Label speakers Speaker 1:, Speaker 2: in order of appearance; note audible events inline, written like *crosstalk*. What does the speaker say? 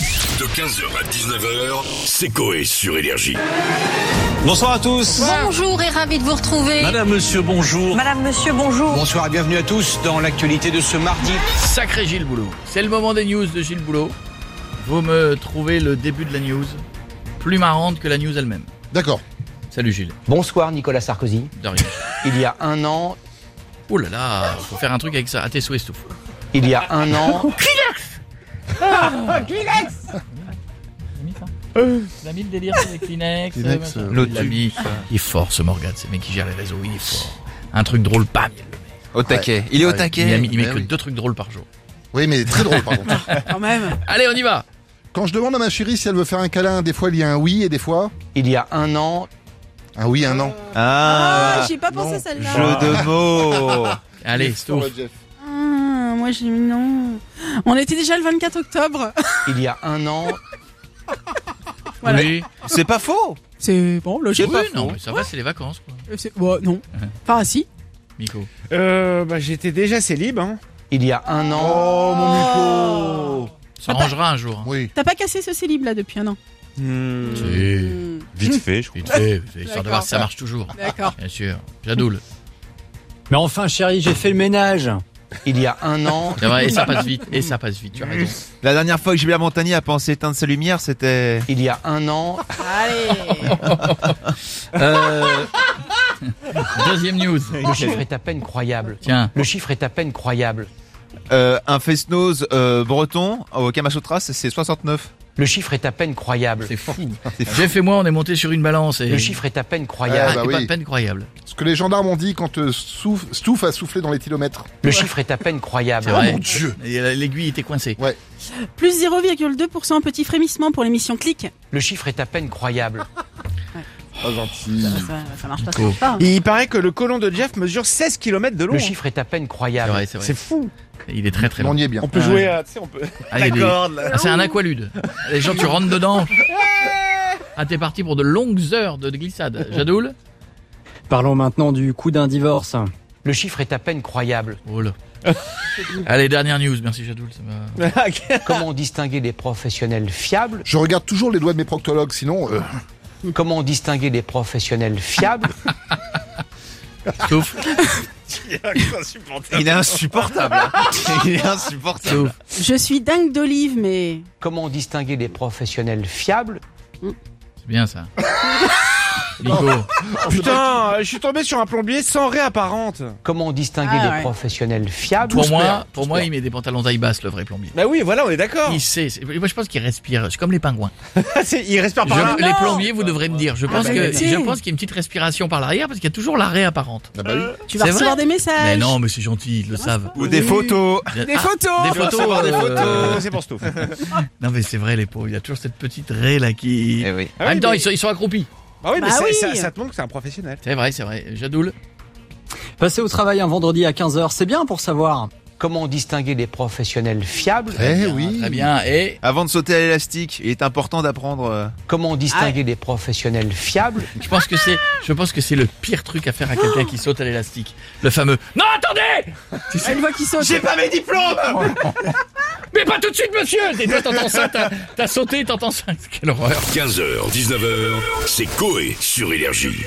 Speaker 1: De 15h à 19h, c'est Coé sur Énergie.
Speaker 2: Bonsoir à tous.
Speaker 3: Bonjour et ravi de vous retrouver.
Speaker 2: Madame, monsieur, bonjour.
Speaker 4: Madame, monsieur, bonjour.
Speaker 5: Bonsoir et bienvenue à tous dans l'actualité de ce mardi.
Speaker 6: Sacré Gilles Boulot. C'est le moment des news de Gilles Boulot. Vous me trouvez le début de la news plus marrante que la news elle-même.
Speaker 7: D'accord.
Speaker 6: Salut Gilles.
Speaker 5: Bonsoir Nicolas Sarkozy.
Speaker 6: De rien. *laughs*
Speaker 5: Il y a un an,
Speaker 6: Oh là là, faut faire un truc avec ça. À tes souhaits, Stouff.
Speaker 5: il y a un an,
Speaker 6: T'as mis le délire avec Kleenex.
Speaker 7: Euh. Kleenex, euh,
Speaker 6: L'autre l'a mis. Il est fort ce Morgan, c'est le mec qui gère les réseaux. Il est fort. Un truc drôle, pas
Speaker 8: Au taquet. Il est au
Speaker 7: Ouais.
Speaker 8: taquet.
Speaker 6: Il, a mis- il met
Speaker 7: Eh
Speaker 6: que
Speaker 7: oui.
Speaker 6: deux trucs drôles par jour.
Speaker 7: Oui, mais très drôle, par contre.
Speaker 4: Quand même.
Speaker 6: Allez, on y va.
Speaker 7: Quand je demande à ma chérie si elle veut faire un câlin, des fois il y a un oui et des fois
Speaker 5: il y a un an,
Speaker 7: un oui, un non.
Speaker 9: Euh,
Speaker 4: Ah,
Speaker 6: euh,
Speaker 8: Ah,
Speaker 4: j'y ai pas pensé
Speaker 7: non,
Speaker 4: celle-là.
Speaker 8: jeu
Speaker 2: Ah.
Speaker 8: de mots.
Speaker 6: Allez, Stouff.
Speaker 4: Ah, moi j'ai mis non. On était déjà le 24 octobre.
Speaker 5: il y a un an,
Speaker 4: Voilà.
Speaker 6: Oui.
Speaker 8: C'est pas faux.
Speaker 4: C'est bon, logique.
Speaker 6: Oui, non, mais ça va, c'est les vacances, quoi.
Speaker 4: Euh, c'est- bon, non. Enfin, si.
Speaker 6: Miko.
Speaker 9: Euh, bah, j'étais déjà célib, hein.
Speaker 5: il y a un an,
Speaker 7: Oh mon
Speaker 4: Oh.
Speaker 7: Nico
Speaker 6: Ça rangera un jour. hein.
Speaker 7: Oui,
Speaker 4: T'as pas cassé ce célib là depuis un an.
Speaker 6: Si.
Speaker 4: Hmm,
Speaker 8: Vite fait, je
Speaker 6: Vite fait, c'est histoire de
Speaker 4: D'accord.
Speaker 6: voir si ça marche toujours.
Speaker 4: D'accord.
Speaker 6: Bien sûr. J'adoule.
Speaker 9: Mais enfin, chérie, j'ai fait le ménage.
Speaker 5: il y a un an,
Speaker 6: C'est vrai, et ça passe vite. Et ça passe vite, tu as raison.
Speaker 8: La dernière fois que Gilbert Montagnier a pensé éteindre sa lumière, c'était.
Speaker 5: il y a un an,
Speaker 4: Allez.
Speaker 6: Deuxième news.
Speaker 5: le chiffre est à peine croyable.
Speaker 6: Tiens.
Speaker 5: Le chiffre est à peine croyable.
Speaker 8: Euh, un fest-nose euh, breton au Kamasutra, c'est- c'est 69.
Speaker 5: Le chiffre est à peine croyable.
Speaker 6: C'est fou. Jeff et moi, on est montés sur une balance. Et...
Speaker 5: Le chiffre est à peine
Speaker 6: Ah,
Speaker 5: croyable.
Speaker 6: et
Speaker 7: bah
Speaker 6: pas
Speaker 7: oui.
Speaker 6: de peine croyable.
Speaker 7: ce que les gendarmes ont dit quand euh, Souf- Stouff a soufflé dans les kilomètres.
Speaker 5: Le chiffre est à peine
Speaker 6: C'est
Speaker 5: croyable.
Speaker 6: vrai.
Speaker 7: mon Dieu.
Speaker 6: Et la- L'aiguille était coincée.
Speaker 4: *laughs* Plus 0,2% petit frémissement pour l'émission Click.
Speaker 5: Le chiffre est à peine croyable.
Speaker 7: Pas gentil.
Speaker 4: Ça, ça- ça marche pas, ça marche pas.
Speaker 9: Il paraît que le colon de Jeff mesure 16 km de long.
Speaker 5: Le chiffre est à peine
Speaker 6: C'est
Speaker 5: croyable.
Speaker 6: vrai, c'est vrai.
Speaker 9: C'est fou.
Speaker 6: Il est très très
Speaker 7: Mais
Speaker 6: long.
Speaker 7: on y est bien.
Speaker 9: On
Speaker 8: Ah
Speaker 9: peut jouer à, tu sais, on peut.
Speaker 6: Allez, lui.
Speaker 9: là.
Speaker 6: Ah, c'est un aqualude. Les gens, tu rentres dedans. Ah, t'es parti pour de longues heures de glissade. Jadoul
Speaker 9: Parlons maintenant du coût d'un divorce.
Speaker 4: *laughs*
Speaker 5: Le chiffre est à peine croyable.
Speaker 6: Oh là. Allez, dernière news. Merci Jadoul. ça m'a-
Speaker 5: Comment distinguer les professionnels fiables
Speaker 7: Je regarde toujours les doigts de mes proctologues, sinon. euh,
Speaker 5: Comment distinguer les professionnels fiables
Speaker 6: Sauf,
Speaker 8: *laughs* Il est insupportable. hein. *laughs* Il est insupportable.
Speaker 6: sauf.
Speaker 4: Je suis dingue d'olive, mais.
Speaker 5: Comment distinguer les professionnels fiables
Speaker 6: C'est bien ça. Nico.
Speaker 9: Putain, euh, je suis tombé sur un plombier sans réapparente.
Speaker 5: Comment distinguer
Speaker 4: Ah
Speaker 5: les
Speaker 4: ouais.
Speaker 5: professionnels fiables
Speaker 6: Pour moi, pour moi, il met des pantalons taille basse, le vrai plombier.
Speaker 9: Bah oui, voilà, on est d'accord.
Speaker 6: Il sait. c'est- Moi, je pense qu'il respire. C'est comme les pingouins.
Speaker 9: Ah, C'est- Il
Speaker 8: Ah,
Speaker 9: respire
Speaker 6: Je-
Speaker 9: par là.
Speaker 6: les plombiers, vous devrez me dire. Je pense
Speaker 4: bah,
Speaker 6: que,
Speaker 4: écoutez.
Speaker 6: je pense qu'il y a une petite respiration par l'arrière parce qu'il y a toujours l'arrêt apparente.
Speaker 7: Ah bah oui.
Speaker 4: Euh, Tu vas
Speaker 6: C'est
Speaker 4: recevoir
Speaker 6: vrai.
Speaker 4: des messages.
Speaker 6: Mais non, mais c'est gentil, ils le savent.
Speaker 8: Ou des photos.
Speaker 4: Des photos.
Speaker 6: Des
Speaker 9: Je veux
Speaker 6: photos,
Speaker 9: recevoir des
Speaker 6: euh,
Speaker 9: photos. C'est pour tout.
Speaker 6: Non, mais c'est vrai, les pauvres. Il y a toujours cette petite raie là qui.
Speaker 8: Eh oui.
Speaker 6: En même temps, ils, sont, ils sont accroupis.
Speaker 9: Bah oui, mais
Speaker 4: Bah
Speaker 9: ça,
Speaker 4: oui.
Speaker 9: ça- ça te montre que c'est un professionnel.
Speaker 6: C'est vrai, c'est vrai. Jadoul.
Speaker 10: Passer au travail un vendredi à 15h, c'est bien pour savoir.
Speaker 5: Comment distinguer les professionnels fiables
Speaker 7: Eh
Speaker 6: Bien,
Speaker 7: oui.
Speaker 6: Très bien. Et.
Speaker 8: Avant de sauter à l'élastique, il est important d'apprendre. euh,
Speaker 5: Comment
Speaker 4: Ah
Speaker 5: distinguer les professionnels fiables
Speaker 6: Je pense que c'est, je pense que c'est le pire truc à faire à quelqu'un qui saute à l'élastique. Le fameux. Non, attendez! Tu sais,
Speaker 4: Elle voit qu'il saute.
Speaker 9: pas mes diplômes
Speaker 6: mais pas tout de suite, monsieur! Et toi, t'entends ça, t'as, t'as sauté, t'entends ça. Quelle horreur.
Speaker 1: 15h, 19h, c'est Coé sur Énergie.